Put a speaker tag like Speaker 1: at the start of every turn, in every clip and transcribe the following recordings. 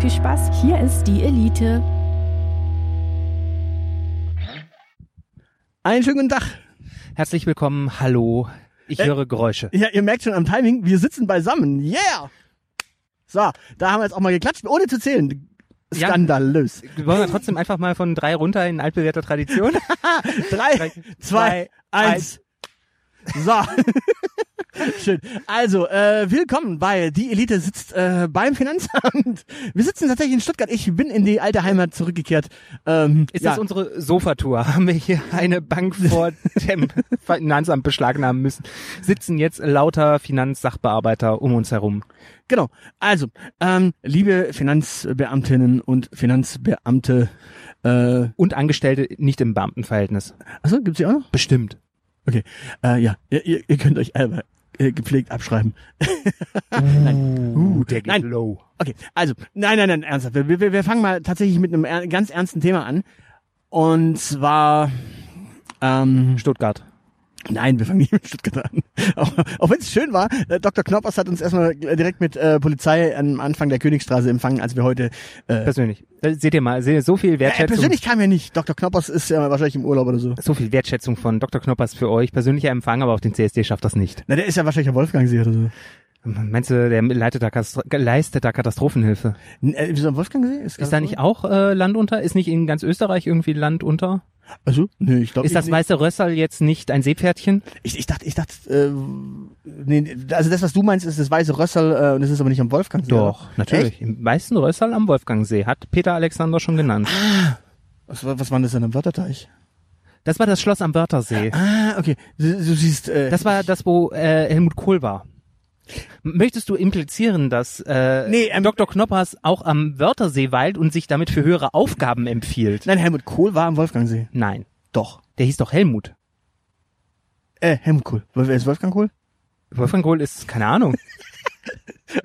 Speaker 1: Viel Spaß, hier ist Die Elite.
Speaker 2: Einen schönen guten Tag.
Speaker 3: Herzlich willkommen, hallo. Ich höre Geräusche.
Speaker 2: Ja, ihr merkt schon am Timing, wir sitzen beisammen. Yeah! So, da haben wir jetzt auch mal geklatscht, ohne zu zählen.
Speaker 3: Ja.
Speaker 2: Skandalös.
Speaker 3: Wir wollen ja trotzdem einfach mal von drei runter in altbewährter Tradition.
Speaker 2: Drei, zwei, eins. So. Schön. Also, äh, willkommen bei Die Elite sitzt äh, beim Finanzamt. Wir sitzen tatsächlich in Stuttgart. Ich bin in die alte Heimat zurückgekehrt. Ähm,
Speaker 3: Ist
Speaker 2: ja.
Speaker 3: das unsere Sofatour? Haben wir hier eine Bank vor dem Finanzamt beschlagnahmen müssen? Sitzen jetzt lauter Finanzsachbearbeiter um uns herum.
Speaker 2: Genau. Also, ähm, liebe Finanzbeamtinnen und Finanzbeamte, äh,
Speaker 3: Und Angestellte nicht im Beamtenverhältnis.
Speaker 2: achso, gibt's die auch noch?
Speaker 3: Bestimmt.
Speaker 2: Okay, äh, ja, ihr, ihr, ihr könnt euch einmal äh, gepflegt abschreiben.
Speaker 3: Uh, der geht
Speaker 2: Nein.
Speaker 3: low.
Speaker 2: Okay, also, nein, nein, nein, ernsthaft. Wir, wir, wir fangen mal tatsächlich mit einem er ganz ernsten Thema an. Und zwar, ähm,
Speaker 3: Stuttgart.
Speaker 2: nein, wir fangen nicht mit Stuttgart an. Auch, auch wenn es schön war, äh, Dr. Knoppers hat uns erstmal direkt mit äh, Polizei am Anfang der Königstraße empfangen, als wir heute... Äh,
Speaker 3: Persönlich. Da Seht ihr mal, seht ihr so viel
Speaker 2: äh,
Speaker 3: Wertschätzung.
Speaker 2: persönlich kam ja nicht. Dr. Knoppers ist ja wahrscheinlich im Urlaub oder so.
Speaker 3: so viel Wertschätzung von Dr. Knoppers für euch. Persönlicher Empfang, aber auf den CSD schafft das nicht.
Speaker 2: Na, der ist ja wahrscheinlich am Wolfgangsee oder so.
Speaker 3: Meinst du, der leitet da, Katastro leistet da Katastrophenhilfe?
Speaker 2: N- Äh, wieso am Wolfgangsee?
Speaker 3: Ist da nicht auch äh, Land unter? Ist nicht in ganz Österreich irgendwie Land unter?
Speaker 2: Also, nee, ich glaube
Speaker 3: Ist das weiße Rössal jetzt nicht ein Seepferdchen?
Speaker 2: Ich, ich dachte, ich dachte, äh, nee, also das, was du meinst, ist das weiße Rössel äh, und das ist aber nicht am Wolfgang. Echt?
Speaker 3: Im weißen Rössal am Wolfgangsee, hat Peter Alexander schon genannt.
Speaker 2: Was, war- was war das denn am Wörterteich?
Speaker 3: Das war das Schloss am Wörthersee.
Speaker 2: Ah, okay. Du, du siehst, äh,
Speaker 3: Das war das, wo äh, Helmut Kohl war. M- Möchtest du implizieren, dass äh,
Speaker 2: Nee, ähm,
Speaker 3: Dr. Knoppers auch am Wörthersee weilt und sich damit für höhere Aufgaben empfiehlt?
Speaker 2: nein, Helmut Kohl war am Wolfgangsee.
Speaker 3: Nein,
Speaker 2: Doch.
Speaker 3: der hieß doch Helmut.
Speaker 2: Äh, Helmut Kohl. Wer wer ist Wolfgang Kohl?
Speaker 3: Wolfgang Kohl ist, keine Ahnung.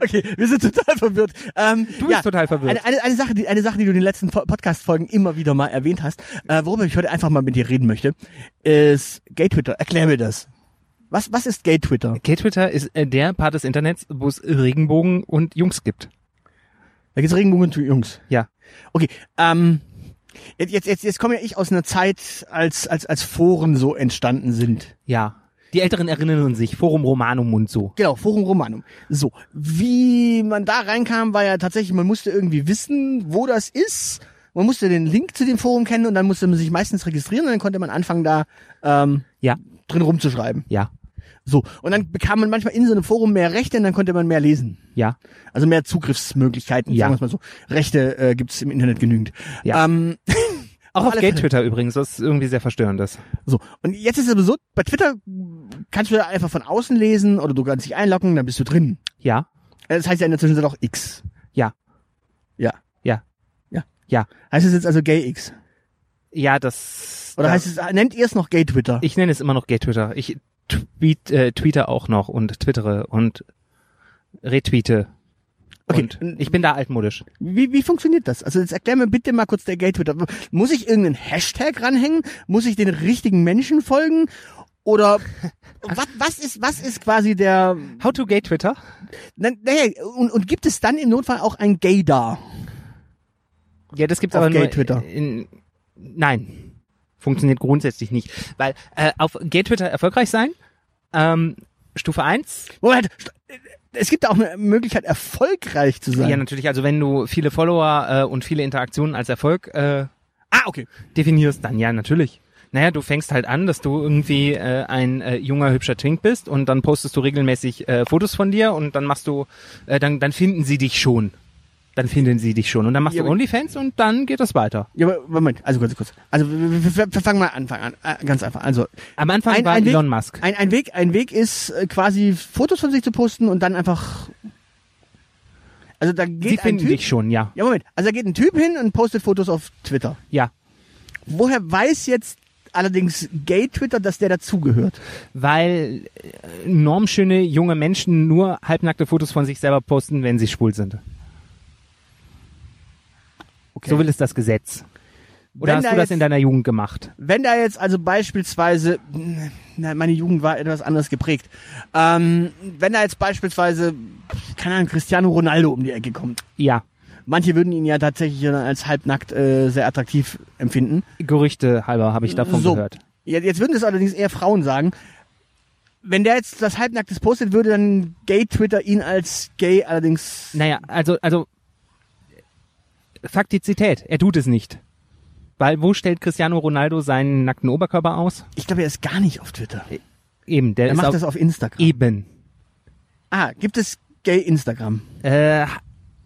Speaker 2: Okay, wir sind total verwirrt. Ähm,
Speaker 3: Du bist total verwirrt.
Speaker 2: Eine, eine, eine, Sache, die, eine Sache, die du in den letzten Po- Podcast-Folgen immer wieder mal erwähnt hast, äh, worüber ich heute einfach mal mit dir reden möchte, ist Gay Twitter. Erklär mir das. Was, was ist Gay Twitter?
Speaker 3: Gay Twitter ist äh, der Part des Internets, wo es Regenbogen und Jungs gibt.
Speaker 2: Da geht's Regenbogen zu Jungs.
Speaker 3: Ja.
Speaker 2: Okay, ähm, jetzt, jetzt, jetzt, jetzt komme ja ich aus einer Zeit, als, als, als Foren so entstanden sind.
Speaker 3: Ja. Die Älteren erinnern sich, Forum Romanum und so.
Speaker 2: Genau, Forum Romanum. So, wie man da reinkam, war ja tatsächlich, man musste irgendwie wissen, wo das ist. Man musste den Link zu dem Forum kennen und dann musste man sich meistens registrieren und dann konnte man anfangen, da ähm,
Speaker 3: Ja,
Speaker 2: drin rumzuschreiben.
Speaker 3: ja,
Speaker 2: So, und dann bekam man manchmal in so einem Forum mehr Rechte und dann konnte man mehr lesen.
Speaker 3: ja.
Speaker 2: Also mehr Zugriffsmöglichkeiten,
Speaker 3: Ja.
Speaker 2: sagen wir es mal so. Rechte äh, gibt's im Internet genügend.
Speaker 3: Ja.
Speaker 2: Ähm,
Speaker 3: Auch auf
Speaker 2: alle
Speaker 3: Gay
Speaker 2: Fälle.
Speaker 3: Twitter übrigens, was irgendwie sehr verstörend ist.
Speaker 2: So, und jetzt ist es aber so, bei Twitter kannst du ja einfach von außen lesen oder du kannst dich einloggen, dann bist du drin.
Speaker 3: Ja,
Speaker 2: Äh, Das heißt ja in der Zwischenzeit auch X.
Speaker 3: ja,
Speaker 2: Ja.
Speaker 3: ja,
Speaker 2: Ja.
Speaker 3: ja.
Speaker 2: Heißt es jetzt also Gay X?
Speaker 3: Ja, das.
Speaker 2: Oder
Speaker 3: das,
Speaker 2: heißt es, nennt ihr es noch Gay Twitter?
Speaker 3: Ich nenne es immer noch Gay Twitter. Ich tweet, äh, tweete auch noch und twittere und retweete.
Speaker 2: Okay.
Speaker 3: Und ich bin da altmodisch.
Speaker 2: Wie, wie funktioniert das? Also jetzt erklär mir bitte mal kurz der Gay Twitter. Muss ich irgendeinen Hashtag ranhängen? Muss ich den richtigen Menschen folgen? Oder was, was ist was ist quasi der
Speaker 3: How to Gay Twitter?
Speaker 2: na, naja, und, und gibt es dann im Notfall auch ein Gay da?
Speaker 3: Ja, das gibt's
Speaker 2: Auf
Speaker 3: aber
Speaker 2: Gay
Speaker 3: nur
Speaker 2: Twitter.
Speaker 3: In, nein, funktioniert grundsätzlich nicht, weil äh, auf Gay Twitter erfolgreich sein. Ähm, Stufe 1,
Speaker 2: Moment, st- es gibt da auch eine Möglichkeit erfolgreich zu sein.
Speaker 3: ja natürlich, also wenn du viele Follower äh, und viele Interaktionen als Erfolg äh,
Speaker 2: ah, okay.
Speaker 3: definierst, dann ja natürlich. Naja, du fängst halt an, dass du irgendwie äh, ein äh, junger, hübscher Twink bist und dann postest du regelmäßig äh, Fotos von dir und dann machst du, äh, dann, dann finden sie dich schon. Dann finden sie dich schon. Und dann machst
Speaker 2: Ja,
Speaker 3: du
Speaker 2: aber-
Speaker 3: Onlyfans und dann geht das weiter.
Speaker 2: Ja, aber Moment, also ganz kurz. Also wir, wir- wir, wir fangen mal Anfang an, äh, ganz einfach. Also
Speaker 3: Am Anfang
Speaker 2: Ein-
Speaker 3: war
Speaker 2: ein Weg-
Speaker 3: Elon Musk.
Speaker 2: ein, ein Weg, ein Weg ist äh, quasi Fotos von sich zu posten und dann einfach. Also da geht
Speaker 3: Sie
Speaker 2: ein
Speaker 3: finden
Speaker 2: Typ.
Speaker 3: dich schon, ja.
Speaker 2: Ja Moment, also da geht ein Typ hin und postet Fotos auf Twitter.
Speaker 3: Ja.
Speaker 2: Woher weiß jetzt allerdings Gay Twitter, dass der dazugehört?
Speaker 3: Weil äh, normschöne junge Menschen nur halbnackte Fotos von sich selber posten, wenn sie schwul sind.
Speaker 2: Okay.
Speaker 3: So will es das Gesetz. Oder
Speaker 2: Wenn
Speaker 3: hast
Speaker 2: da
Speaker 3: du das
Speaker 2: jetzt-
Speaker 3: in deiner Jugend gemacht?
Speaker 2: Wenn da jetzt also beispielsweise, na, meine Jugend war etwas anders geprägt, ähm, wenn da jetzt beispielsweise, keine Ahnung, Cristiano Ronaldo um die Ecke kommt.
Speaker 3: Ja.
Speaker 2: Manche würden ihn ja tatsächlich dann als halbnackt äh, sehr attraktiv empfinden.
Speaker 3: Gerüchte halber habe ich davon
Speaker 2: So.
Speaker 3: gehört.
Speaker 2: Jetzt, jetzt würden es allerdings eher Frauen sagen. Wenn der jetzt das halbnacktes postet, würde dann Gay Twitter ihn als gay allerdings.
Speaker 3: Naja, also, also Faktizität, er tut es nicht. Weil wo stellt Cristiano Ronaldo seinen nackten Oberkörper aus?
Speaker 2: Ich glaube, er ist gar nicht auf Twitter.
Speaker 3: Eben, der
Speaker 2: Er
Speaker 3: ist
Speaker 2: macht
Speaker 3: auf
Speaker 2: das auf Instagram.
Speaker 3: eben.
Speaker 2: Ah, gibt es Gay Instagram?
Speaker 3: Äh,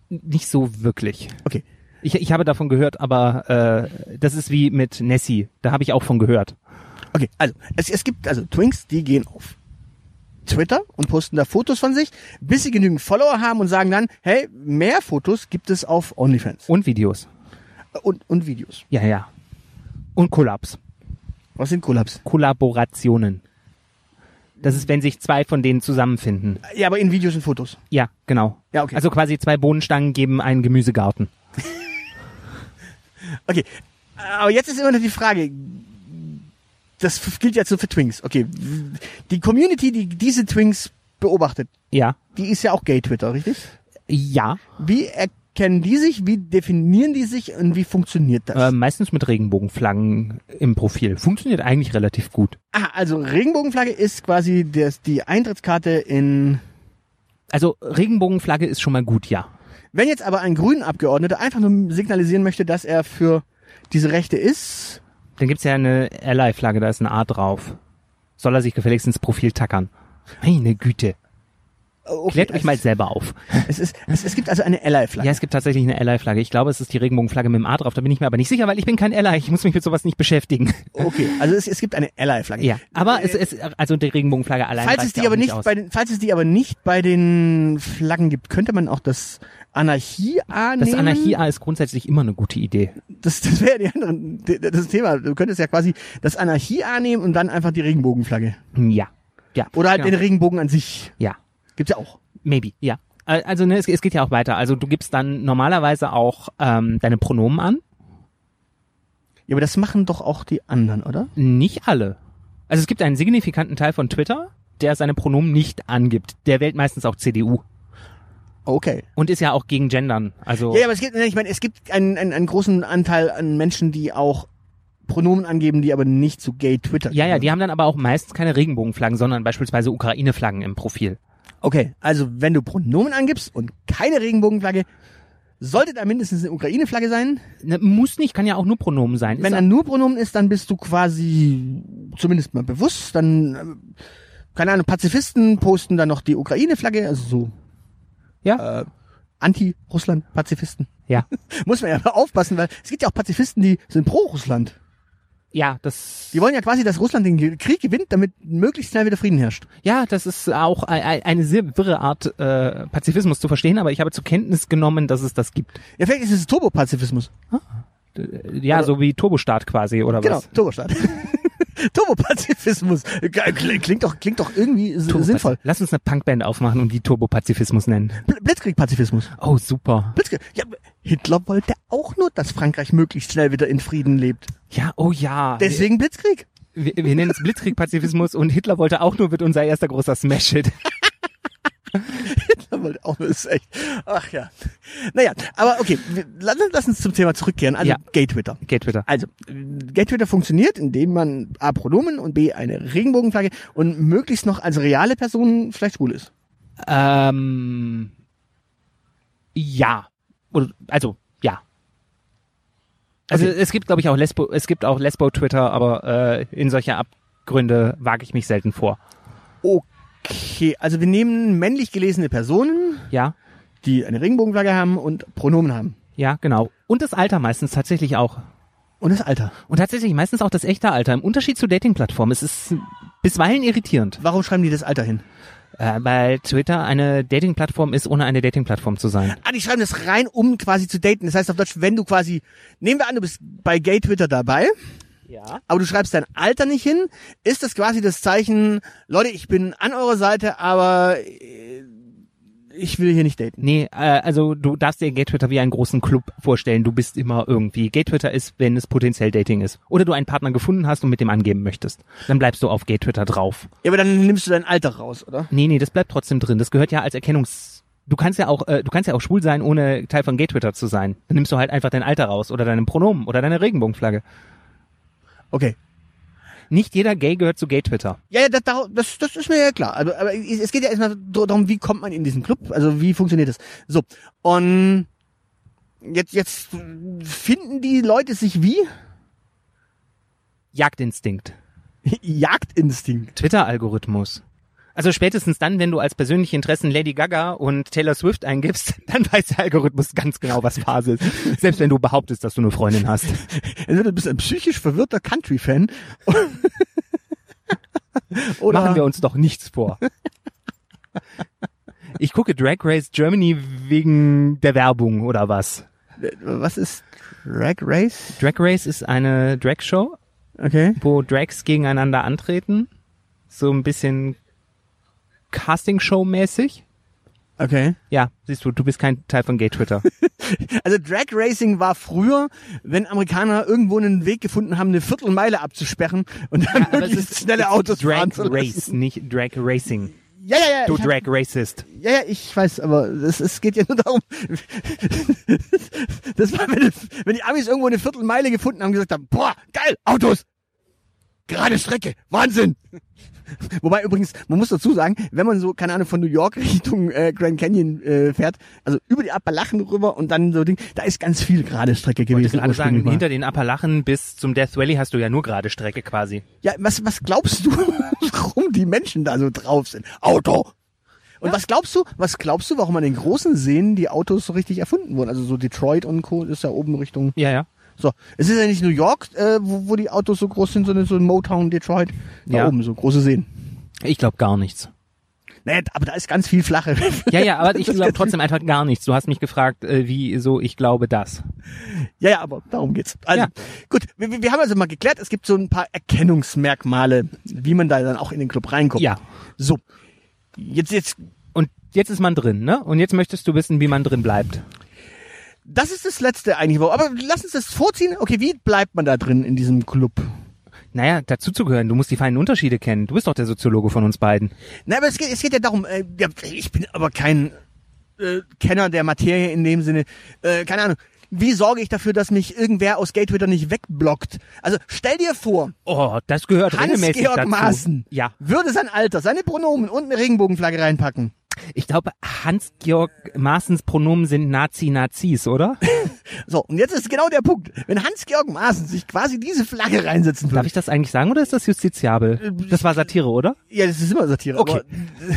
Speaker 3: nicht so wirklich.
Speaker 2: Okay.
Speaker 3: Ich, ich habe davon gehört, aber äh, das ist wie mit Nessie. Da habe ich auch von gehört.
Speaker 2: Okay, also es, es gibt also Twinks, die gehen auf Twitter und posten da Fotos von sich, bis sie genügend Follower haben und sagen dann, hey, mehr Fotos gibt es auf OnlyFans
Speaker 3: Und Videos.
Speaker 2: und, und Videos.
Speaker 3: Ja, ja. Und Kollaps.
Speaker 2: Was sind Kollaps?
Speaker 3: Kollaborationen. Das ist, wenn sich zwei von denen zusammenfinden.
Speaker 2: Ja, aber in Videos und Fotos.
Speaker 3: Ja, genau.
Speaker 2: Ja, okay.
Speaker 3: Also quasi zwei Bohnenstangen geben einen Gemüsegarten.
Speaker 2: Okay, aber jetzt ist immer noch die Frage, das f- gilt jetzt so für Twinks. Okay, die Community, die diese Twinks beobachtet,
Speaker 3: Ja.
Speaker 2: die ist ja auch Gay Twitter, richtig?
Speaker 3: Ja.
Speaker 2: Wie erkennen die sich, wie definieren die sich und wie funktioniert das?
Speaker 3: Äh, meistens mit Regenbogenflaggen im Profil. Funktioniert eigentlich relativ gut.
Speaker 2: Ah, also Regenbogenflagge ist quasi das, die Eintrittskarte in.
Speaker 3: Also Regenbogenflagge ist schon mal gut, ja.
Speaker 2: Wenn jetzt aber ein grünen Abgeordneter einfach nur signalisieren möchte, dass er für diese Rechte ist,
Speaker 3: Dann gibt's ja eine Ally-Flagge, da ist ein A drauf. Soll er sich gefälligst ins Profil tackern. Meine Güte.
Speaker 2: okay,
Speaker 3: Klärt euch
Speaker 2: also
Speaker 3: mal selber auf.
Speaker 2: Es, ist, es, es gibt also eine Ally-Flagge.
Speaker 3: Ja, es gibt tatsächlich eine Ally-Flagge. Ich glaube, es ist die Regenbogenflagge mit dem A drauf. Da bin ich mir aber nicht sicher, weil ich bin kein Ally. Ich muss mich mit sowas nicht beschäftigen.
Speaker 2: Okay, also es, es gibt eine Ally-Flagge. Äh,
Speaker 3: Ja, aber es ist also die Regenbogenflagge allein.
Speaker 2: Falls es
Speaker 3: reicht
Speaker 2: die
Speaker 3: ja auch
Speaker 2: aber nicht
Speaker 3: aus.
Speaker 2: bei den, falls es die aber nicht bei den Flaggen gibt, könnte man auch das Anarchie-A nehmen.
Speaker 3: das Anarchie-A ist grundsätzlich immer eine gute Idee.
Speaker 2: Das, das wäre die anderen, die- das Thema. Du könntest ja quasi das Anarchie-A nehmen und dann einfach die Regenbogenflagge.
Speaker 3: Ja, ja.
Speaker 2: Oder halt
Speaker 3: genau.
Speaker 2: den Regenbogen an sich.
Speaker 3: Ja,
Speaker 2: Gibt's ja auch.
Speaker 3: maybe. Ja, Äh, also ne, es, es geht ja auch weiter. Also du gibst dann normalerweise auch ähm, deine Pronomen an.
Speaker 2: Ja, aber das machen doch auch die anderen, oder?
Speaker 3: Nicht alle. Also es gibt einen signifikanten Teil von Twitter, der seine Pronomen nicht angibt. Der wählt meistens auch CDU
Speaker 2: Okay.
Speaker 3: und ist ja auch gegen Gendern. Also
Speaker 2: Ja, aber es gibt, ne, ich meine, es gibt einen, einen, einen großen Anteil an Menschen, die auch Pronomen angeben, die aber nicht zu gay Twitter.
Speaker 3: ja, ja, die haben dann aber auch meistens keine Regenbogenflaggen, sondern beispielsweise Ukraine-Flaggen im Profil.
Speaker 2: Okay, also wenn du Pronomen angibst und keine Regenbogenflagge, sollte da mindestens eine Ukraine-Flagge sein.
Speaker 3: Ne, muss nicht, kann ja auch nur Pronomen sein.
Speaker 2: Wenn
Speaker 3: ist
Speaker 2: dann nur Pronomen ist, dann bist du quasi zumindest mal bewusst. Dann, ähm, keine Ahnung, Pazifisten posten dann noch die Ukraine-Flagge, also so
Speaker 3: Ja.
Speaker 2: äh, Anti-Russland-Pazifisten.
Speaker 3: ja.
Speaker 2: Muss man ja mal aufpassen, weil es gibt ja auch Pazifisten, die sind pro Russland.
Speaker 3: Ja, das
Speaker 2: Die wollen ja quasi, dass Russland den Krieg gewinnt, damit möglichst schnell wieder Frieden herrscht.
Speaker 3: ja, das ist auch ei- ei- eine sehr wirre Art äh, Pazifismus zu verstehen, aber ich habe zur Kenntnis genommen, dass es das gibt.
Speaker 2: Ja, vielleicht ist es Turbopazifismus.
Speaker 3: Äh, Ja, so wie Turbostaat quasi oder
Speaker 2: Genau,
Speaker 3: was?
Speaker 2: Turbostaat. Turbopazifismus. Geil, kli- Klingt doch, klingt doch irgendwie s-
Speaker 3: Turbopazi-
Speaker 2: sinnvoll.
Speaker 3: Lass uns eine Punkband aufmachen und die Turbopazifismus nennen.
Speaker 2: Bl- Blitzkriegpazifismus.
Speaker 3: Oh, super.
Speaker 2: Blitzkrieg. Ja, Hitler wollte auch nur, dass Frankreich möglichst schnell wieder in Frieden lebt.
Speaker 3: Ja, oh ja.
Speaker 2: Deswegen Blitzkrieg.
Speaker 3: Wir, wir, wir nennen es Blitzkrieg-Pazifismus und Hitler wollte auch nur wird unser erster großer Smash-Hit.
Speaker 2: Hitler wollte auch nur, ist echt. Ach ja. Naja, aber okay, wir- lass, lass uns zum Thema zurückkehren. Also
Speaker 3: Ja.
Speaker 2: Gay Twitter.
Speaker 3: Geht Twitter.
Speaker 2: Also, Gay Twitter funktioniert, indem man A Pronomen und B eine Regenbogenflagge und möglichst noch als reale Person vielleicht schwul ist.
Speaker 3: Ähm, ja. Oder- Also, ja. Also es gibt, glaube ich, auch Lesbo, es gibt auch Lesbo-Twitter, aber äh, in solche Abgründe wage ich mich selten vor.
Speaker 2: Okay, also wir nehmen männlich gelesene Personen,
Speaker 3: Ja,
Speaker 2: die eine Regenbogenflagge haben und Pronomen haben.
Speaker 3: ja, genau. Und das Alter meistens tatsächlich auch.
Speaker 2: Und das Alter.
Speaker 3: Und tatsächlich meistens auch das echte Alter. Im Unterschied zu Dating-Plattformen. Es ist bisweilen irritierend,
Speaker 2: Warum schreiben die das Alter hin?
Speaker 3: äh, weil Twitter eine Dating-Plattform ist, ohne eine Dating-Plattform zu sein.
Speaker 2: Ah, die schreiben das rein, um quasi zu daten. Das heißt auf Deutsch, wenn du quasi, nehmen wir an, du bist bei Gay Twitter dabei,
Speaker 3: Ja.
Speaker 2: aber du schreibst dein Alter nicht hin, ist das quasi das Zeichen, Leute, ich bin an eurer Seite, aber äh, ich will hier nicht daten.
Speaker 3: Nee, äh, also du darfst dir Gay Twitter wie einen großen Club vorstellen. Du bist immer irgendwie. Gay Twitter ist, wenn es potenziell Dating ist. Oder du einen Partner gefunden hast und mit dem angeben möchtest. Dann bleibst du auf Gay Twitter drauf.
Speaker 2: Ja, aber dann nimmst du dein Alter raus, oder?
Speaker 3: Nee, nee, das bleibt trotzdem drin. Das gehört ja als Erkennungs... Du kannst ja auch, äh, du kannst ja auch schwul sein, ohne Teil von Gay Twitter zu sein. Dann nimmst du halt einfach dein Alter raus oder deinen Pronomen oder deine Regenbogenflagge.
Speaker 2: Okay.
Speaker 3: Nicht jeder Gay gehört zu Gay Twitter.
Speaker 2: Ja, ja, das, das, das ist mir ja klar. Aber, aber es geht ja erstmal dr- darum, wie kommt man in diesen Club? Also wie funktioniert das? So, und jetzt, jetzt finden die Leute sich wie?
Speaker 3: Jagdinstinkt.
Speaker 2: Jagdinstinkt.
Speaker 3: Twitter-Algorithmus. Also spätestens dann, wenn du als persönliche Interessen Lady Gaga und Taylor Swift eingibst, dann weiß der Algorithmus ganz genau, was Phase ist. Selbst wenn du behauptest, dass du eine Freundin hast.
Speaker 2: Entweder Also, du bist ein psychisch verwirrter Country-Fan. oder
Speaker 3: Machen wir uns doch nichts vor. Ich gucke Drag Race Germany wegen der Werbung oder was.
Speaker 2: was ist Drag Race?
Speaker 3: Drag Race ist eine Drag Show,
Speaker 2: Okay.
Speaker 3: wo Drags gegeneinander antreten. So ein bisschen Casting Show mäßig.
Speaker 2: Okay.
Speaker 3: Ja, siehst du, du bist kein Teil von Gay Twitter.
Speaker 2: Also Drag Racing war früher, wenn Amerikaner irgendwo einen Weg gefunden haben, eine Viertelmeile abzusperren und dann möglichst schnelle Autos
Speaker 3: Drag
Speaker 2: fahren zu lassen.
Speaker 3: Race, nicht Drag Racing.
Speaker 2: Ja, ja, ja.
Speaker 3: Du
Speaker 2: ich hab-
Speaker 3: Drag Racist.
Speaker 2: Ja, ja, ich weiß, aber es, es geht ja nur darum, das war, wenn, die- wenn die Amis irgendwo eine Viertelmeile gefunden haben, gesagt haben, boah, geil, Autos, gerade Strecke, Wahnsinn. Wobei übrigens, man muss dazu sagen, wenn man so, keine Ahnung, von New York Richtung äh, Grand Canyon äh, fährt, also über die Appalachen rüber und dann so Ding, da ist ganz viel gerade Strecke
Speaker 3: Ich
Speaker 2: gewesen.
Speaker 3: würde sagen,
Speaker 2: ursprünglich mal.
Speaker 3: hinter den Appalachen bis zum Death Valley hast du ja nur gerade Strecke quasi.
Speaker 2: Ja, was, was glaubst du, warum die Menschen da so drauf sind? Auto! Und was glaubst du, was glaubst du, warum an den großen Seen die Autos so richtig erfunden wurden? Also so Detroit und Co. ist ja oben Richtung.
Speaker 3: Ja, ja.
Speaker 2: So. Es ist ja nicht New York, äh, wo, wo die Autos so groß sind, sondern so in Motown, Detroit. Da
Speaker 3: Ja.
Speaker 2: oben so große Seen.
Speaker 3: Ich glaube gar nichts.
Speaker 2: Naja, aber da ist ganz viel flache.
Speaker 3: Ja, ja, aber ich
Speaker 2: Das
Speaker 3: glaube
Speaker 2: kann-
Speaker 3: trotzdem einfach gar nichts. Du hast mich gefragt, äh, wie so ich glaube das.
Speaker 2: Ja, ja, aber darum geht's. Also,
Speaker 3: Ja.
Speaker 2: gut, wir, wir wir haben also mal geklärt, es gibt so ein paar Erkennungsmerkmale, wie man da dann auch in den Club reinkommt.
Speaker 3: Ja.
Speaker 2: So. Jetzt, jetzt
Speaker 3: Und jetzt ist man drin, ne? Und jetzt möchtest du wissen, wie man drin bleibt.
Speaker 2: Das ist das Letzte eigentlich. Aber lass uns das vorziehen. Okay, wie bleibt man da drin in diesem Club?
Speaker 3: Naja, dazu zu gehören, du musst die feinen Unterschiede kennen. Du bist doch der Soziologe von uns beiden.
Speaker 2: Na, aber es geht, es geht ja darum, äh, ja, ich bin aber kein äh, Kenner der Materie in dem Sinne. Äh, keine Ahnung. Wie sorge ich dafür, dass mich irgendwer aus Gay Twitter nicht wegblockt? Also stell dir vor,
Speaker 3: Oh, das gehört regelmäßig
Speaker 2: Hans-Georg
Speaker 3: dazu.
Speaker 2: Maaßen
Speaker 3: Ja,
Speaker 2: würde sein Alter, seine Pronomen und eine Regenbogenflagge reinpacken.
Speaker 3: ich glaube, Hans-Georg Maaßens Pronomen sind Nazi-Nazis, oder?
Speaker 2: So, und jetzt ist genau der Punkt. Wenn Hans-Georg Maaßen sich quasi diese Flagge reinsetzen
Speaker 3: Darf
Speaker 2: würde.
Speaker 3: ich das eigentlich sagen oder ist das justiziabel? Das war Satire, oder?
Speaker 2: Ja, das ist immer Satire.
Speaker 3: Okay.
Speaker 2: Aber,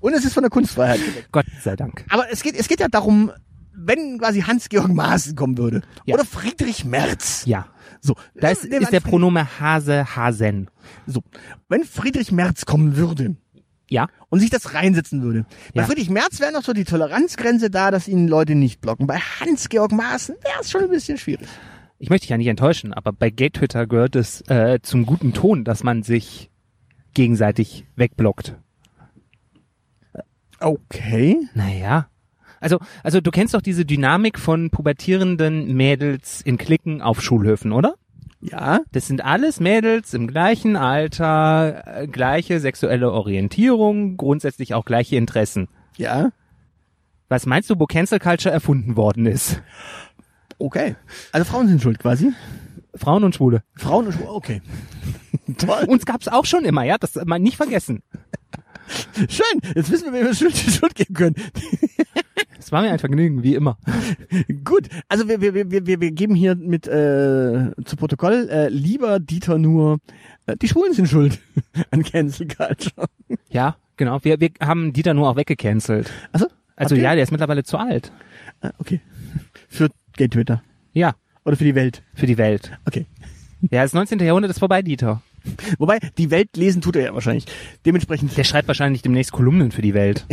Speaker 2: und es ist von der Kunstfreiheit.
Speaker 3: Gott sei Dank.
Speaker 2: Aber es geht, es geht ja darum, wenn quasi Hans-Georg Maaßen kommen würde.
Speaker 3: Ja.
Speaker 2: Oder Friedrich Merz.
Speaker 3: Ja.
Speaker 2: So,
Speaker 3: Da ist,
Speaker 2: nehmen wir
Speaker 3: ist
Speaker 2: an,
Speaker 3: der
Speaker 2: Fried-
Speaker 3: Pronome Hase, Hasen.
Speaker 2: So, wenn Friedrich Merz kommen würde
Speaker 3: Ja.
Speaker 2: und sich das reinsetzen würde. Bei
Speaker 3: Ja.
Speaker 2: Friedrich Merz wäre noch so die Toleranzgrenze da, dass ihn Leute nicht blocken. Bei Hans-Georg Maaßen wäre es schon ein bisschen schwierig.
Speaker 3: Ich möchte dich ja nicht enttäuschen, aber bei Gay Twitter gehört es äh, zum guten Ton, dass man sich gegenseitig wegblockt.
Speaker 2: Okay.
Speaker 3: Naja. Also, also du kennst doch diese Dynamik von pubertierenden Mädels in Klicken auf Schulhöfen, oder?
Speaker 2: Ja.
Speaker 3: Das sind alles Mädels im gleichen Alter, äh, gleiche sexuelle Orientierung, grundsätzlich auch gleiche Interessen.
Speaker 2: Ja.
Speaker 3: Was meinst du, wo Cancel Culture erfunden worden ist?
Speaker 2: Okay. Also Frauen sind schuld quasi.
Speaker 3: Frauen und Schwule.
Speaker 2: Frauen und Schwule, okay. Toll.
Speaker 3: Uns gab's auch schon immer, ja, das mal nicht vergessen.
Speaker 2: Schön. Jetzt wissen wir, wem wir Schuld, Schuld geben können.
Speaker 3: Es war mir ein Vergnügen, wie immer.
Speaker 2: Gut, also wir, wir, wir, wir, wir geben hier mit äh, zu Protokoll, äh, lieber Dieter nur, äh, die Schwulen sind schuld an Cancel Culture.
Speaker 3: Ja, genau. Wir, wir haben Dieter nur auch weggecancelt.
Speaker 2: Also,
Speaker 3: Also
Speaker 2: Habt ihr-
Speaker 3: ja, der ist mittlerweile zu alt.
Speaker 2: Ah, okay. Für Gay Twitter
Speaker 3: Ja,
Speaker 2: oder für die Welt.
Speaker 3: für die Welt.
Speaker 2: Okay.
Speaker 3: Ja, das 19. Jahrhundert ist vorbei, Dieter.
Speaker 2: Wobei, die Welt lesen tut er ja wahrscheinlich. Dementsprechend.
Speaker 3: Der schreibt wahrscheinlich demnächst Kolumnen für die Welt.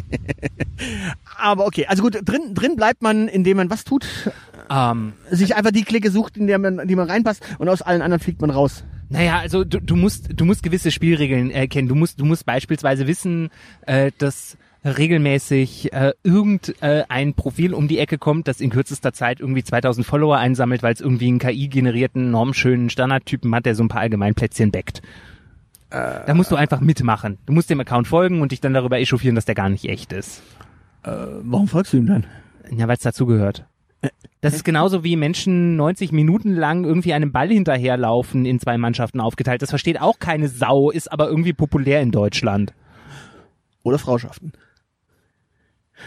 Speaker 2: Aber okay, also gut, drin, drin bleibt man, indem man was tut,
Speaker 3: ähm,
Speaker 2: sich einfach die Clique sucht, in der man, die man reinpasst und aus allen anderen fliegt man raus.
Speaker 3: Naja, also du, du musst du musst gewisse Spielregeln äh, kennen. Du musst du musst beispielsweise wissen, äh, dass regelmäßig äh, irgendein äh, ein Profil um die Ecke kommt, das in kürzester Zeit irgendwie 2000 Follower einsammelt, weil es irgendwie einen KI-generierten, normschönen Standardtypen hat, der so ein paar Allgemeinplätzchen backt. Da musst du einfach mitmachen. Du musst dem Account folgen und dich dann darüber echauffieren, dass der gar nicht echt ist.
Speaker 2: Warum folgst du ihm dann?
Speaker 3: Ja, weil es dazugehört. Das ist genauso wie Menschen 90 Minuten lang irgendwie einem Ball hinterherlaufen in zwei Mannschaften aufgeteilt. Das versteht auch keine Sau, ist aber irgendwie populär in Deutschland.
Speaker 2: Oder Frauschaften.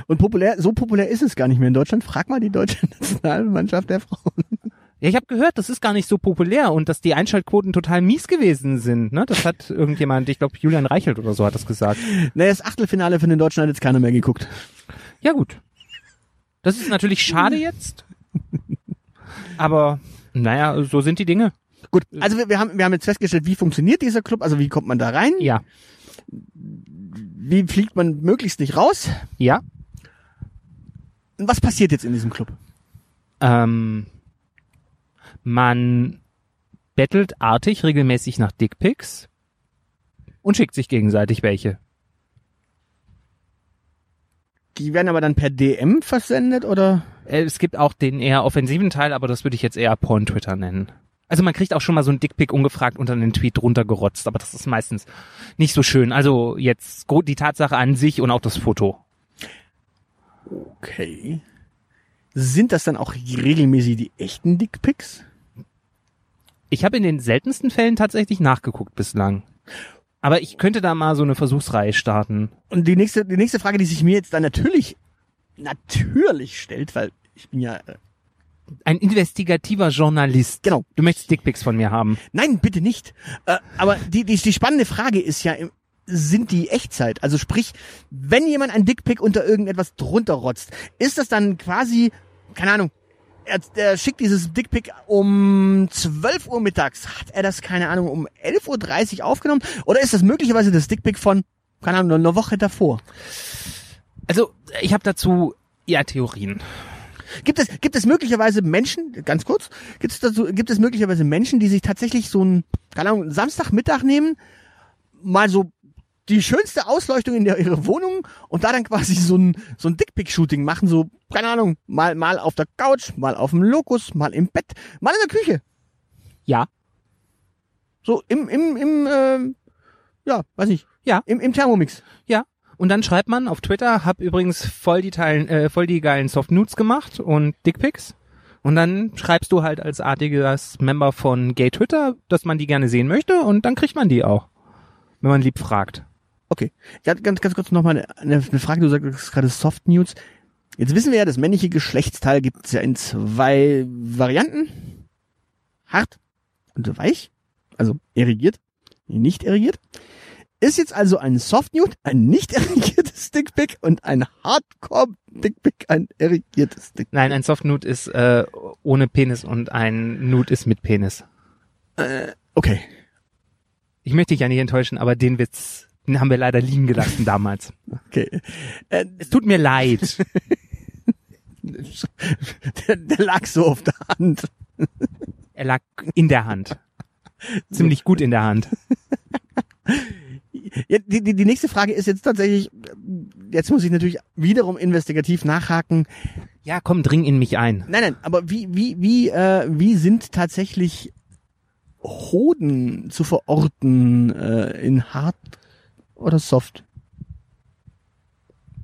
Speaker 2: Und populär, so populär ist es gar nicht mehr in Deutschland. Frag mal die deutsche Nationalmannschaft der Frauen.
Speaker 3: Ja, ich habe gehört, das ist gar nicht so populär und dass die Einschaltquoten total mies gewesen sind. Ne? Das hat irgendjemand, ich glaube Julian Reichelt oder so hat das gesagt.
Speaker 2: Naja, das Achtelfinale für den Deutschen hat jetzt keiner mehr geguckt.
Speaker 3: Ja gut. Das ist natürlich schade jetzt. Aber naja, so sind die Dinge.
Speaker 2: Gut, also wir, wir, haben, wir haben jetzt festgestellt, wie funktioniert dieser Club, also wie kommt man da rein,
Speaker 3: Ja.
Speaker 2: wie fliegt man möglichst nicht raus.
Speaker 3: Ja.
Speaker 2: Und was passiert jetzt in diesem Club?
Speaker 3: Ähm, man bettelt artig regelmäßig nach Dickpics und schickt sich gegenseitig welche.
Speaker 2: Die werden aber dann per DM versendet oder?
Speaker 3: Äh, Es gibt auch den eher offensiven Teil, aber das würde ich jetzt eher Porn-Twitter nennen. Also man kriegt auch schon mal so ein Dickpick ungefragt unter einen Tweet runtergerotzt, aber das ist meistens nicht so schön. Also jetzt gro- die Tatsache an sich und auch das Foto.
Speaker 2: Okay. Sind das dann auch regelmäßig die echten Dickpics?
Speaker 3: Ich habe in den seltensten Fällen tatsächlich nachgeguckt bislang. Aber ich könnte da mal so eine Versuchsreihe starten.
Speaker 2: Und die nächste, die nächste Frage, die sich mir jetzt dann natürlich, natürlich stellt, weil ich bin ja, äh,
Speaker 3: Ein investigativer Journalist.
Speaker 2: genau.
Speaker 3: Du möchtest Dickpics von mir haben.
Speaker 2: Nein, bitte nicht. Äh, aber die, die, die spannende Frage ist ja, im- sind die Echtzeit? Also sprich, wenn jemand ein Dickpick unter irgendetwas drunter rotzt, ist das dann quasi, keine Ahnung, er, er schickt dieses Dickpick um 12 Uhr mittags. Hat er das, keine Ahnung, um 11.30 Uhr aufgenommen? Oder ist das möglicherweise das Dickpick von, keine Ahnung, einer Woche davor?
Speaker 3: Also, ich habe dazu ja Theorien.
Speaker 2: Gibt es, gibt es möglicherweise Menschen, ganz kurz, gibt es, dazu, gibt es möglicherweise Menschen, die sich tatsächlich so einen, keine Ahnung, Samstagmittag nehmen, mal so die schönste Ausleuchtung in der, ihrer Wohnung und da dann quasi so ein, so ein Dickpick-Shooting machen, so, keine Ahnung, mal, mal auf der Couch, mal auf dem Lokus, mal im Bett, mal in der Küche.
Speaker 3: Ja.
Speaker 2: So im, im, im, ähm, ja, weiß nicht.
Speaker 3: Ja.
Speaker 2: Im, im Thermomix.
Speaker 3: Ja. Und dann schreibt man auf Twitter, hab übrigens voll die, teilen, äh, voll die geilen Soft Nudes gemacht und Dickpics. Und dann schreibst du halt als artiges Member von Gay Twitter, dass man die gerne sehen möchte und dann kriegt man die auch. Wenn man lieb fragt.
Speaker 2: Okay. Ja, ganz, ganz kurz nochmal eine, eine eine Frage. Du sagst gerade Soft Nudes. Jetzt wissen wir ja, das männliche Geschlechtsteil gibt es ja in zwei Varianten. Hart und weich. Also erigiert, nicht erigiert. Ist jetzt also ein Soft Nude ein nicht erigiertes Dickpick und ein Hardcore Dickpick ein erigiertes Dickpick?
Speaker 3: Nein, ein Soft Nude ist äh, ohne Penis und ein Nude ist mit Penis.
Speaker 2: Okay.
Speaker 3: Ich möchte dich ja nicht enttäuschen, aber den Witz, den haben wir leider liegen gelassen damals.
Speaker 2: Okay. Äh,
Speaker 3: Es tut mir leid.
Speaker 2: der, der lag so auf der Hand.
Speaker 3: Er lag in der Hand. Ziemlich gut in der Hand.
Speaker 2: Ja, die, die, die nächste Frage ist jetzt tatsächlich, jetzt muss ich natürlich wiederum investigativ nachhaken.
Speaker 3: Ja, komm, dring in mich ein.
Speaker 2: Nein, nein, aber wie, wie, wie, äh, wie sind tatsächlich Hoden zu verorten äh, in hart oder soft?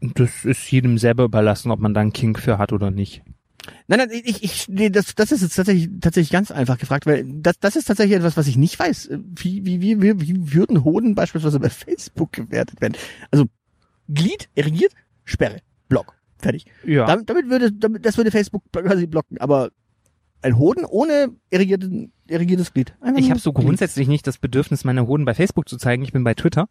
Speaker 3: Das ist jedem selber überlassen, ob man da einen Kink für hat oder nicht.
Speaker 2: Nein, nein, ich, ich, nee, das, das ist jetzt tatsächlich, tatsächlich ganz einfach gefragt, weil das, das ist tatsächlich etwas, was ich nicht weiß. Wie, wie, wie, wie, wie würden Hoden beispielsweise bei Facebook gewertet werden? Also Glied, erigiert, Sperre, Block, Fertig.
Speaker 3: Ja.
Speaker 2: Damit, damit würde, damit, das würde Facebook quasi blocken. Aber ein Hoden ohne irrigierten, irrigiertes Glied. Einfach
Speaker 3: ich
Speaker 2: nur
Speaker 3: habe so
Speaker 2: Glied.
Speaker 3: grundsätzlich nicht das Bedürfnis, meine Hoden bei Facebook zu zeigen. Ich bin bei Twitter.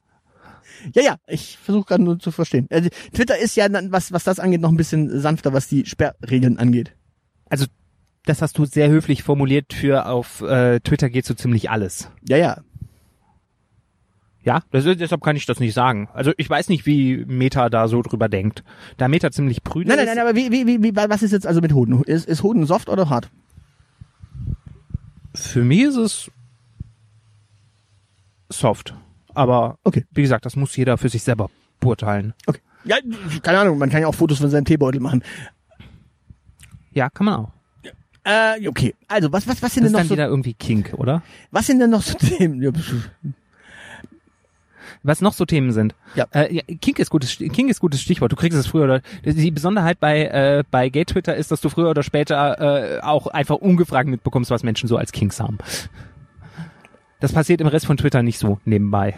Speaker 2: Ja, ja, ich versuche gerade nur zu verstehen. Also, Twitter ist ja, dann, was, was das angeht, noch ein bisschen sanfter, was die Sperrregeln angeht.
Speaker 3: Das hast du sehr höflich formuliert für auf äh, Twitter geht so ziemlich alles.
Speaker 2: Ja, ja.
Speaker 3: Ja, das, ist- deshalb kann ich das nicht sagen. Also ich weiß nicht, wie Meta da so drüber denkt. Da Meta ziemlich prüde
Speaker 2: Nein, nein,
Speaker 3: ist,
Speaker 2: nein, aber wie, wie, wie, wie, was ist jetzt also mit Hoden? Ist, ist Hoden soft oder hart?
Speaker 3: für mich ist es soft. Aber
Speaker 2: Okay.
Speaker 3: wie gesagt, das muss jeder für sich selber beurteilen.
Speaker 2: Okay. Ja, keine Ahnung, man kann ja auch Fotos von seinem Teebeutel machen.
Speaker 3: Ja, kann man auch.
Speaker 2: Äh, okay. Also, was, was, was sind denn
Speaker 3: Das ist
Speaker 2: noch
Speaker 3: dann
Speaker 2: so,
Speaker 3: wieder irgendwie Kink, oder?
Speaker 2: was sind denn noch so Themen? Ja, pf,
Speaker 3: Was noch so Themen sind.
Speaker 2: Ja.
Speaker 3: Äh, ja Kink ist gutes Sti- Kink ist gutes Stichwort. Du kriegst es früher oder die Besonderheit bei äh, bei Gay Twitter ist, dass du früher oder später äh, auch einfach ungefragt mitbekommst, was Menschen so als Kinks haben. Das passiert im Rest von Twitter nicht so nebenbei.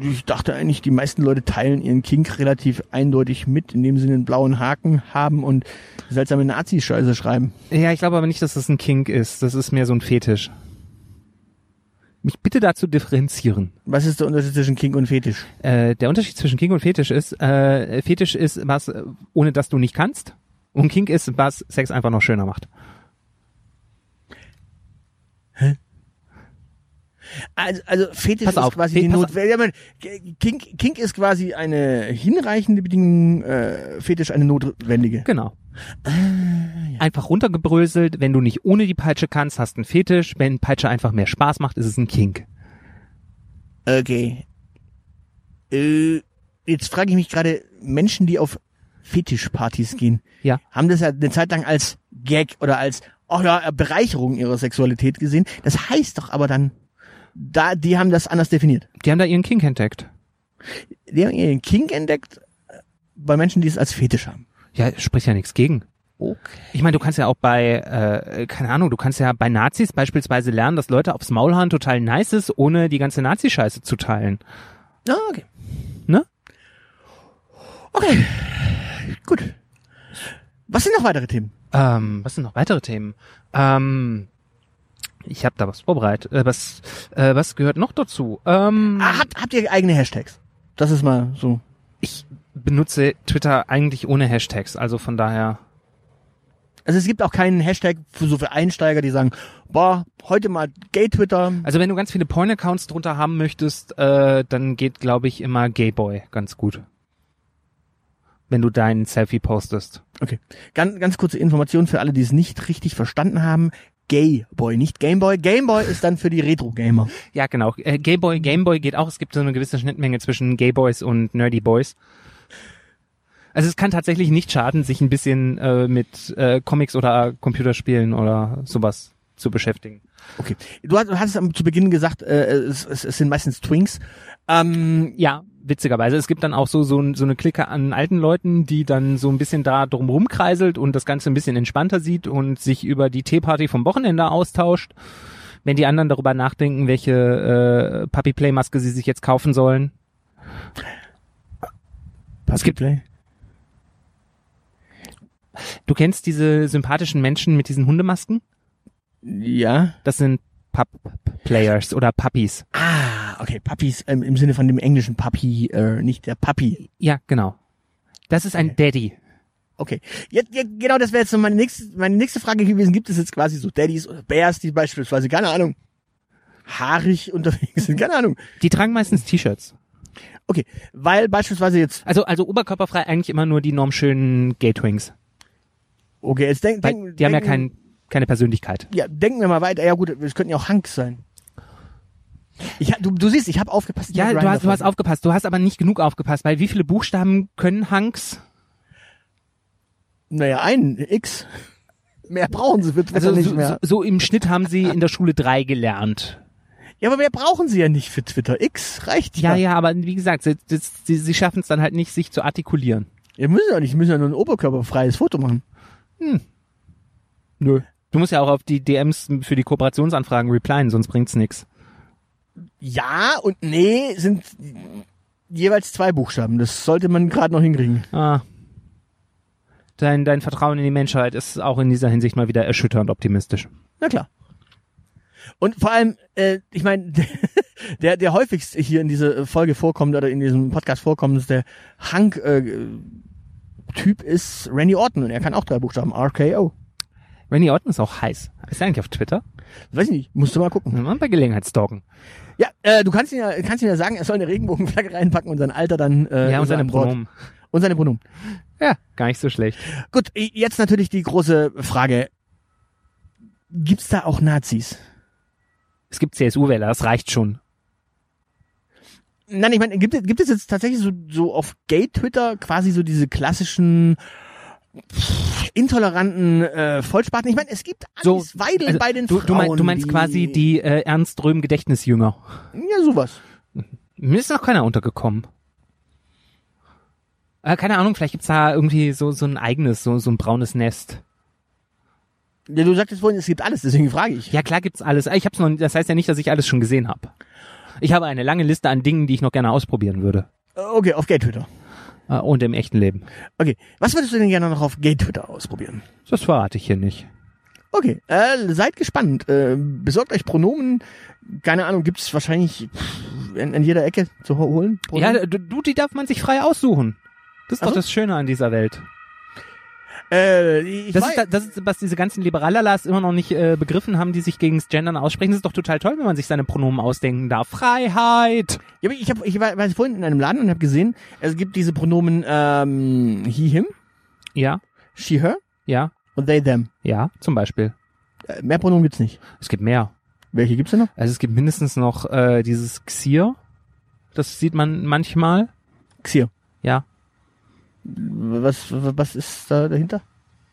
Speaker 2: Ich dachte eigentlich, die meisten Leute teilen ihren Kink relativ eindeutig mit, indem sie einen blauen Haken haben und seltsame Nazi-Scheiße schreiben.
Speaker 3: Ja, ich glaube aber nicht, dass das ein Kink ist. Das ist mehr so ein Fetisch. Mich bitte dazu differenzieren.
Speaker 2: Was ist der Unterschied zwischen Kink und Fetisch?
Speaker 3: Äh, der Unterschied zwischen Kink und Fetisch ist, äh, Fetisch ist was, äh, ohne das du nicht kannst. Und Kink ist, was Sex einfach noch schöner macht.
Speaker 2: Also, also Fetisch
Speaker 3: Pass
Speaker 2: ist
Speaker 3: auf,
Speaker 2: quasi
Speaker 3: Fe-
Speaker 2: die
Speaker 3: pass
Speaker 2: Not. Ja, man, Kink, Kink ist quasi eine hinreichende Bedingung, äh, Fetisch eine notwendige.
Speaker 3: Genau. Einfach runtergebröselt, wenn du nicht ohne die Peitsche kannst, hast einen Fetisch. Wenn Peitsche einfach mehr Spaß macht, ist es ein Kink.
Speaker 2: Okay. Äh, jetzt frage ich mich gerade, Menschen, die auf Fetischpartys gehen,
Speaker 3: Ja.
Speaker 2: haben das ja eine Zeit lang als Gag oder als oh ja, Bereicherung ihrer Sexualität gesehen. Das heißt doch aber dann, da, die haben das anders definiert.
Speaker 3: Die haben da ihren Kink entdeckt.
Speaker 2: Die haben ihren Kink entdeckt äh, bei Menschen, die es als Fetisch haben.
Speaker 3: Ja, spricht ja nichts gegen.
Speaker 2: Okay.
Speaker 3: Ich meine, du kannst ja auch bei, äh, keine Ahnung, du kannst ja bei Nazis beispielsweise lernen, dass Leute aufs Maul hauen total nice ist, ohne die ganze Nazi-Scheiße zu teilen.
Speaker 2: Ah, okay.
Speaker 3: Ne?
Speaker 2: Okay. Gut. Was sind noch weitere Themen?
Speaker 3: Ähm, was sind noch weitere Themen? Ähm, ich habe da was vorbereitet. Äh, was, äh, was gehört noch dazu? Ähm,
Speaker 2: Ah, habt, habt ihr eigene Hashtags? Das ist mal so.
Speaker 3: Ich benutze Twitter eigentlich ohne Hashtags, also von daher.
Speaker 2: Also es gibt auch keinen Hashtag für so für Einsteiger, die sagen, boah, heute mal Gay Twitter.
Speaker 3: Also wenn du ganz viele Porn-Accounts drunter haben möchtest, äh, dann geht, glaube ich, immer Gayboy ganz gut. Wenn du dein Selfie postest.
Speaker 2: Okay. Ganz, ganz kurze Information für alle, die es nicht richtig verstanden haben. Gay Boy, nicht Game Boy. Game Boy ist dann für die Retro Gamer.
Speaker 3: Ja, genau. Äh, Gayboy, Gameboy geht auch. Es gibt so eine gewisse Schnittmenge zwischen Gayboys und Nerdy Boys. Also es kann tatsächlich nicht schaden, sich ein bisschen äh, mit äh, Comics oder Computerspielen oder sowas zu beschäftigen.
Speaker 2: Okay. Du hast, du hast es am- zu Beginn gesagt, äh, es, es, es sind meistens Twinks. Ähm,
Speaker 3: Ja, witzigerweise. Es gibt dann auch so, so, so eine Clique an alten Leuten, die dann so ein bisschen da drum rumkreiselt und das Ganze ein bisschen entspannter sieht und sich über die Teeparty vom Wochenende austauscht. Wenn die anderen darüber nachdenken, welche äh, Puppy Play Maske sie sich jetzt kaufen sollen.
Speaker 2: es gibt
Speaker 3: Du kennst diese sympathischen Menschen mit diesen Hundemasken?
Speaker 2: ja.
Speaker 3: Das sind Pup Players oder Puppies.
Speaker 2: Ah, okay. Puppies ähm, im Sinne von dem englischen Puppy, äh, nicht der Puppy.
Speaker 3: Ja, genau. Das ist ein Daddy.
Speaker 2: Okay. Jetzt, jetzt, genau, das wäre jetzt so meine nächste, meine nächste Frage gewesen. Gibt es jetzt quasi so Daddies oder Bears, die beispielsweise, keine Ahnung, haarig unterwegs sind? Keine Ahnung.
Speaker 3: Die tragen meistens T-Shirts.
Speaker 2: Okay. Weil beispielsweise jetzt,
Speaker 3: Also, also oberkörperfrei eigentlich immer nur die normschönen Gatewings.
Speaker 2: okay, jetzt denken,
Speaker 3: Weil
Speaker 2: denk,
Speaker 3: die haben ja
Speaker 2: denken-
Speaker 3: kein, keine Persönlichkeit.
Speaker 2: Ja, denken wir mal weiter. Ja gut, es könnten ja auch Hunks sein. Ich, hab- du, du siehst, ich habe aufgepasst. ich
Speaker 3: Ja,
Speaker 2: hab
Speaker 3: du
Speaker 2: Grindr
Speaker 3: hast, du hast
Speaker 2: vor-
Speaker 3: aufgepasst. Du hast aber nicht genug aufgepasst, weil wie viele Buchstaben können Hanks?
Speaker 2: Naja, einen X. Mehr brauchen sie für Twitter
Speaker 3: Also
Speaker 2: nicht
Speaker 3: so, so,
Speaker 2: mehr.
Speaker 3: so im Schnitt haben sie in der Schule drei gelernt.
Speaker 2: Ja, aber mehr brauchen sie ja nicht für Twitter. X reicht
Speaker 3: Ja, ja, aber wie gesagt, sie, das, sie, sie schaffen es dann halt nicht, sich zu artikulieren.
Speaker 2: Ihr müsst ja nicht, ihr müsst ja nur ein oberkörperfreies Foto machen.
Speaker 3: Nö. Du musst ja auch auf die DMs für die Kooperationsanfragen replyen, sonst bringt's nix.
Speaker 2: Ja und nee sind jeweils zwei Buchstaben. Das sollte man gerade noch hinkriegen.
Speaker 3: Ah. Dein, dein Vertrauen in die Menschheit ist auch in dieser Hinsicht mal wieder erschütternd optimistisch.
Speaker 2: Na klar. Und vor allem, äh, ich meine, der, der häufigst hier in dieser Folge vorkommt oder in diesem Podcast vorkommt, der Hank-Typ ist Randy Orton und er kann auch drei Buchstaben. RKO.
Speaker 3: Randy Orton ist auch heiß. Ist er eigentlich auf Twitter?
Speaker 2: Weiß ich nicht, musst du mal gucken.
Speaker 3: Mal bei Gelegenheit stalken.
Speaker 2: Ja, äh, du kannst ihn ja, kannst ihm ja sagen, er soll eine Regenbogenflagge reinpacken und sein Alter dann. Äh,
Speaker 3: ja, und
Speaker 2: ist er
Speaker 3: seine
Speaker 2: an Bord.
Speaker 3: Pronomen.
Speaker 2: Und seine Pronomen.
Speaker 3: Ja, gar nicht so schlecht.
Speaker 2: Gut, i- jetzt natürlich die große Frage. Gibt's da auch Nazis?
Speaker 3: Es gibt CSU-Wähler, das reicht schon.
Speaker 2: Nein, ich meine, gibt, es- gibt es jetzt tatsächlich so, so auf Gay-Twitter quasi so diese klassischen pff, intoleranten äh, Vollspaten? Ich meine, es gibt
Speaker 3: So,
Speaker 2: Alice Weidel
Speaker 3: also,
Speaker 2: bei den
Speaker 3: du,
Speaker 2: Frauen.
Speaker 3: du, mein, du meinst quasi die äh, Ernst Röhm Gedächtnisjünger.
Speaker 2: Ja, sowas.
Speaker 3: Mir ist noch keiner untergekommen. Äh, keine Ahnung, vielleicht gibt's da irgendwie so, so ein eigenes, so, so ein braunes Nest.
Speaker 2: Ja, du sagtest vorhin, es gibt alles, deswegen frage ich.
Speaker 3: Ja, klar gibt's alles. Ich hab's noch, das heißt ja nicht, dass ich alles schon gesehen habe. Ich habe eine lange Liste an Dingen, die ich noch gerne ausprobieren würde.
Speaker 2: Äh, Okay, auf Gay-Twitter.
Speaker 3: Äh, und im echten Leben.
Speaker 2: Okay, was würdest du denn gerne noch auf Gay-Twitter ausprobieren?
Speaker 3: Das verrate ich hier nicht.
Speaker 2: Okay, äh, seid gespannt. Äh, besorgt euch Pronomen. Keine Ahnung, gibt's wahrscheinlich in, in jeder Ecke zu ho- holen.
Speaker 3: Ja,
Speaker 2: Pronomen?
Speaker 3: du, du, die darf man sich frei aussuchen. Das ist
Speaker 2: Ach
Speaker 3: doch
Speaker 2: so.
Speaker 3: das Schöne an dieser Welt.
Speaker 2: äh, ich
Speaker 3: Das
Speaker 2: wei-
Speaker 3: ist, halt da- das ist, was diese ganzen Liberalalas immer noch nicht äh, begriffen haben, die sich gegen das Gendern aussprechen. Das ist doch total toll, wenn man sich seine Pronomen ausdenken darf. Freiheit!
Speaker 2: Ja, aber ich, hab, ich war, war vorhin in einem Laden und habe gesehen, es gibt diese Pronomen ähm, he, him,
Speaker 3: Ja,
Speaker 2: she, her
Speaker 3: ja,
Speaker 2: und they, them.
Speaker 3: ja, zum Beispiel.
Speaker 2: Äh, mehr Pronomen gibt's nicht.
Speaker 3: Es gibt mehr.
Speaker 2: Welche gibt's denn noch?
Speaker 3: Also es gibt mindestens noch äh, dieses Xier. Das sieht man manchmal.
Speaker 2: Xier.
Speaker 3: Ja.
Speaker 2: Was, was ist da dahinter?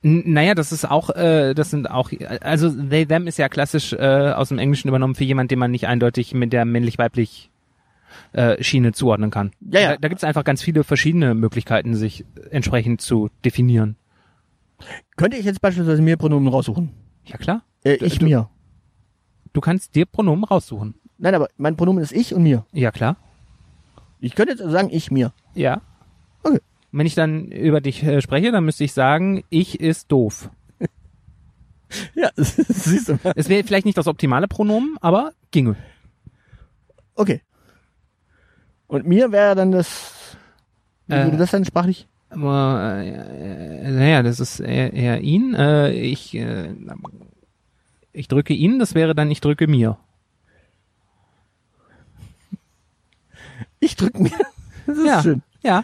Speaker 3: N naja, das ist auch, äh, das sind auch, also they, them ist ja klassisch äh, aus dem Englischen übernommen für jemand, den man nicht eindeutig mit der männlich-weiblich äh, Schiene zuordnen kann.
Speaker 2: Ja, ja.
Speaker 3: Da, da gibt es einfach ganz viele verschiedene Möglichkeiten, sich entsprechend zu definieren.
Speaker 2: Könnte ich jetzt beispielsweise mir Pronomen raussuchen?
Speaker 3: Ja klar.
Speaker 2: Äh,
Speaker 3: Du-
Speaker 2: ich
Speaker 3: du-
Speaker 2: mir.
Speaker 3: Du kannst dir Pronomen raussuchen.
Speaker 2: Nein, aber mein Pronomen ist ich und mir.
Speaker 3: Ja klar.
Speaker 2: Ich könnte jetzt also sagen, ich mir.
Speaker 3: Ja.
Speaker 2: Okay.
Speaker 3: Wenn ich dann über dich äh, spreche, dann müsste ich sagen, ich ist doof.
Speaker 2: Ja, siehst du.
Speaker 3: Es wäre vielleicht nicht das optimale Pronomen, aber ginge.
Speaker 2: Okay. Und mir wäre dann das. Wie
Speaker 3: Äh.
Speaker 2: würde das dann sprachlich?
Speaker 3: Aber, äh, äh, naja, das ist eher, eher ihn. Äh, ich, äh, ich drücke ihn, das wäre dann ich drücke mir.
Speaker 2: Ich drück mir. Das ist
Speaker 3: ja,
Speaker 2: schön.
Speaker 3: ja.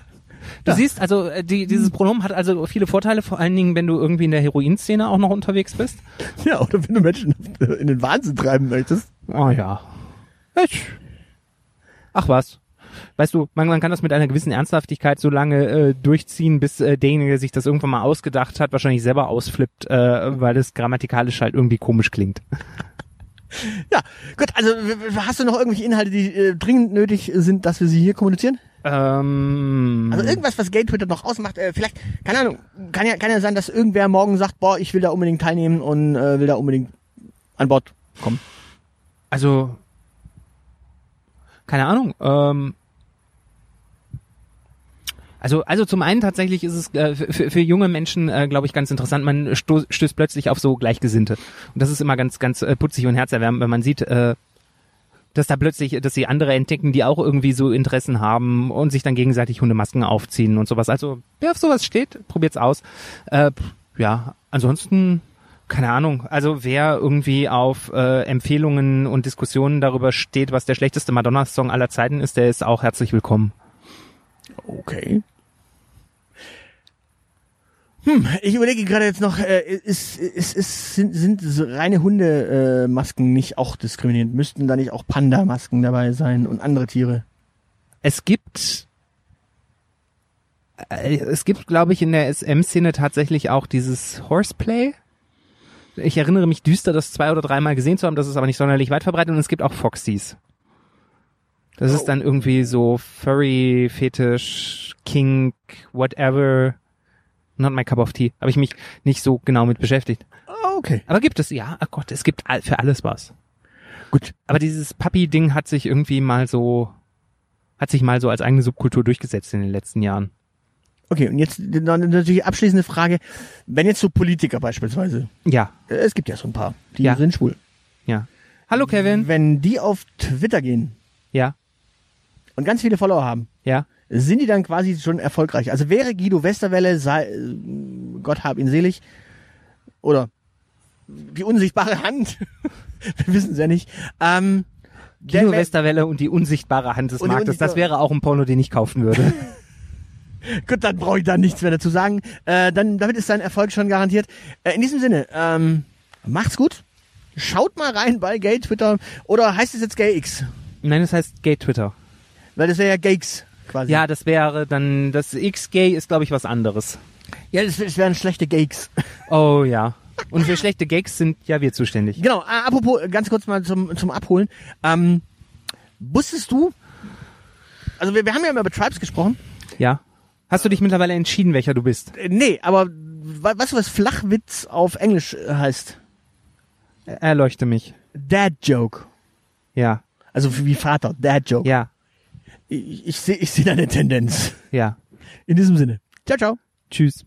Speaker 3: Du
Speaker 2: Ja.
Speaker 3: siehst, also äh, die, dieses Pronomen hat also viele Vorteile, vor allen Dingen, wenn du irgendwie in der Heroinszene auch noch unterwegs bist.
Speaker 2: Ja, oder wenn du Menschen äh, in den Wahnsinn treiben möchtest.
Speaker 3: Oh ja. Ich. Ach was. Weißt du, man, man kann das mit einer gewissen Ernsthaftigkeit so lange äh, durchziehen, bis äh, derjenige, der sich das irgendwann mal ausgedacht hat, wahrscheinlich selber ausflippt, äh, weil es grammatikalisch halt irgendwie komisch klingt.
Speaker 2: Ja, gut, also w- w- hast du noch irgendwelche Inhalte, die äh, dringend nötig sind, dass wir sie hier kommunizieren?
Speaker 3: Ähm,
Speaker 2: Also irgendwas, was Gay Twitter noch ausmacht, äh, vielleicht, keine Ahnung, kann ja, kann ja sein, dass irgendwer morgen sagt, boah, ich will da unbedingt teilnehmen und äh, will da unbedingt an Bord kommen.
Speaker 3: also keine Ahnung. Ähm, also, also zum einen tatsächlich ist es äh, für, für junge Menschen, äh, glaube ich, ganz interessant. Man sto stößt plötzlich auf so Gleichgesinnte. Und das ist immer ganz, ganz äh, putzig und herzerwärmend, wenn man sieht, äh, dass da plötzlich, dass sie andere entdecken, die auch irgendwie so Interessen haben und sich dann gegenseitig Hundemasken aufziehen und sowas. Also, wer auf sowas steht, probiert's aus. Äh, pff, ja, ansonsten, keine Ahnung. Also, wer irgendwie auf äh, Empfehlungen und Diskussionen darüber steht, was der schlechteste Madonna-Song aller Zeiten ist, der ist auch herzlich willkommen.
Speaker 2: Okay. Hm, ich überlege gerade jetzt noch, äh, ist, ist, ist, sind, sind so reine Hundemasken äh, Masken nicht auch diskriminierend? Müssten da nicht auch Panda-Masken dabei sein und andere Tiere?
Speaker 3: Es gibt äh, es gibt, glaube ich, in der SM-Szene tatsächlich auch dieses Horseplay. Ich erinnere mich düster, das zwei oder dreimal gesehen zu haben, das ist aber nicht sonderlich weit verbreitet und es gibt auch Foxies. Das ist dann irgendwie so Furry, Fetisch, Kink, whatever. Not my cup of tea. Habe ich mich nicht so genau mit beschäftigt.
Speaker 2: Ah, Okay.
Speaker 3: Aber gibt es, ja, ach Gott, es gibt all- für alles was.
Speaker 2: Gut.
Speaker 3: Aber dieses Papi-Ding hat sich irgendwie mal so hat sich mal so als eigene Subkultur durchgesetzt in den letzten Jahren.
Speaker 2: Okay, und jetzt dann natürlich abschließende Frage. Wenn jetzt so Politiker beispielsweise,
Speaker 3: Ja,
Speaker 2: äh, es gibt ja so ein paar, die
Speaker 3: Ja.
Speaker 2: sind schwul.
Speaker 3: ja. Hallo Kevin.
Speaker 2: Wenn die auf Twitter gehen
Speaker 3: Ja,
Speaker 2: und ganz viele Follower haben,
Speaker 3: ja.
Speaker 2: sind die dann quasi schon erfolgreich? Also wäre Guido Westerwelle, sei, äh, Gott hab ihn selig, oder die unsichtbare Hand, wir wissen es ja nicht, ähm, der
Speaker 3: Guido
Speaker 2: wär-
Speaker 3: Westerwelle und die unsichtbare Hand des
Speaker 2: Und die
Speaker 3: Marktes. Das
Speaker 2: unsichtbare-
Speaker 3: wäre auch ein Porno, den ich kaufen würde.
Speaker 2: Gut, dann brauche ich da nichts mehr dazu sagen. Äh, dann, damit ist sein Erfolg schon garantiert. Äh, in diesem Sinne, ähm, macht's gut. Schaut mal rein bei Gay Twitter oder heißt es jetzt GayX?
Speaker 3: Nein, das heißt Gay Twitter.
Speaker 2: Weil das wäre ja GayX quasi.
Speaker 3: Ja, das wäre dann das X-Gay ist glaube ich was anderes.
Speaker 2: ja das, das wären schlechte GayX.
Speaker 3: Oh ja. Und für schlechte Gags sind ja wir zuständig.
Speaker 2: Genau, äh, apropos, äh, ganz kurz mal zum, zum Abholen. Ähm, wusstest du, also wir, wir haben ja immer über Tribes gesprochen.
Speaker 3: Ja. Hast du dich mittlerweile entschieden, welcher du bist?
Speaker 2: Äh, nee, aber wa- weißt du, was Flachwitz auf Englisch äh, heißt?
Speaker 3: Erleuchte mich.
Speaker 2: Dad Joke.
Speaker 3: Ja.
Speaker 2: Also wie Vater, Dad Joke.
Speaker 3: Ja.
Speaker 2: Ich, ich sehe ich seh da eine Tendenz.
Speaker 3: Ja.
Speaker 2: In diesem Sinne. Ciao, ciao.
Speaker 3: Tschüss.